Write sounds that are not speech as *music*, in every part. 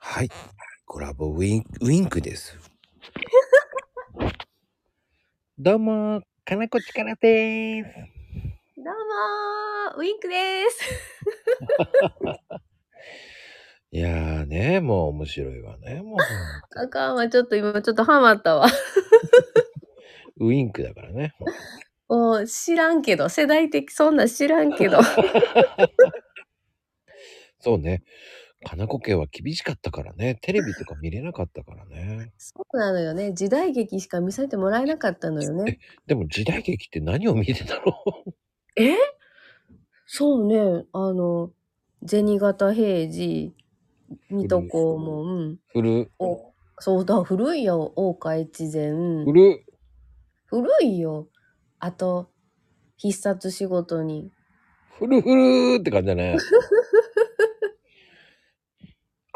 はい。コラボウィンウィンクです。 *laughs* どうも、かなこちからでーす。どうもー、ウィンクです。いやーね、もう面白いわね。もあかんわ、ちょっと今ちょっとハマったわ。 *laughs* う、ウィンクだからね。おー知らんけど、世代的そんなん知らんけど。そうね。かなこ家は厳しかったからね。テレビとか見れなかったからね。そうなのよね、時代劇しか見せてもらえなかったのよね。でも時代劇って何を見てたのえそうね、あの、銭形平次、水戸黄門、古、おそうだ、古いよ、大岡越前。古、古いよ。あと、必殺仕事に。古古って感じだ *laughs* ね。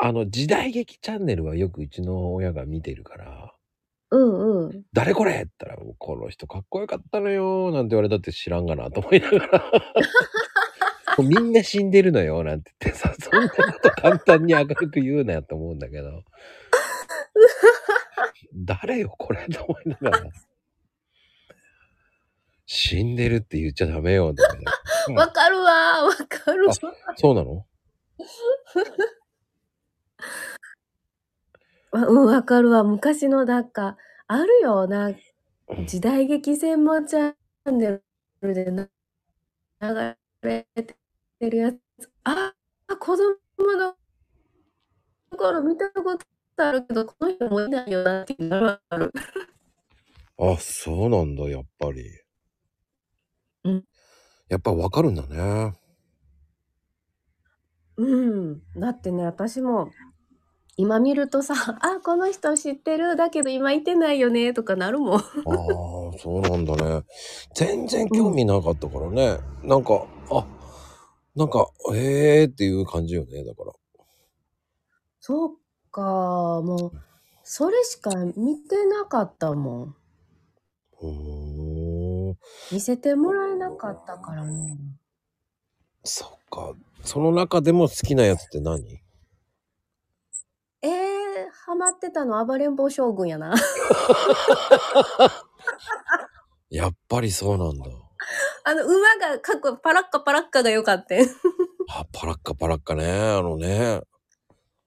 あの、時代劇チャンネルはよくうちの親が見てるから。うんうん。誰これって言ったら、この人かっこよかったのよなんて言われたって知らんがなと思いなが *laughs* ら。もうみんな死んでるのよなんて言ってさ、そんなこと簡単に明るく言うなよと思うんだけ *laughs* ど。誰よこれと思いながら。死んでるって言っちゃダメよとかね。わかるわー、わかるわ。そうなのわうん、わかるわ。昔のなんか、あるよな。時代劇専門チャンネルでな流れてるやつ。あ、子供の頃見たことあるけど、この人もいないよなっていうのがある。あ、そうなんだ、やっぱり。うんやっぱわかるんだね。うん。だってね、私も、今見るとさ、あ、この人知ってる、だけど今いてないよね、とかなるもあん。あ、そうなんだね。全然興味なかったからね。なんか、あ、なんか、ええー、っていう感じよね。だから。そうか、もう、それしか見てなかったもん。うーん。見せてもらえなかったからね。そっか。その中でも好きなやつって何えー、ハマってたの暴れん坊将軍やな。 *laughs* やっぱりそうなんだ。あの、馬がかっこパラッカパラッカが良かった。あ、パラッカパラッカね。あのね。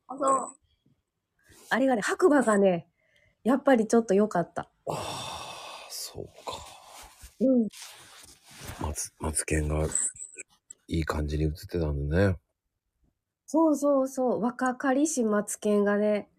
あの、あれがね、白馬がね、やっぱりちょっと良かった。ああ、そうか。うん。松、松剣がいい感じに映ってたんだね。そうそうそう、若かりし松剣がね、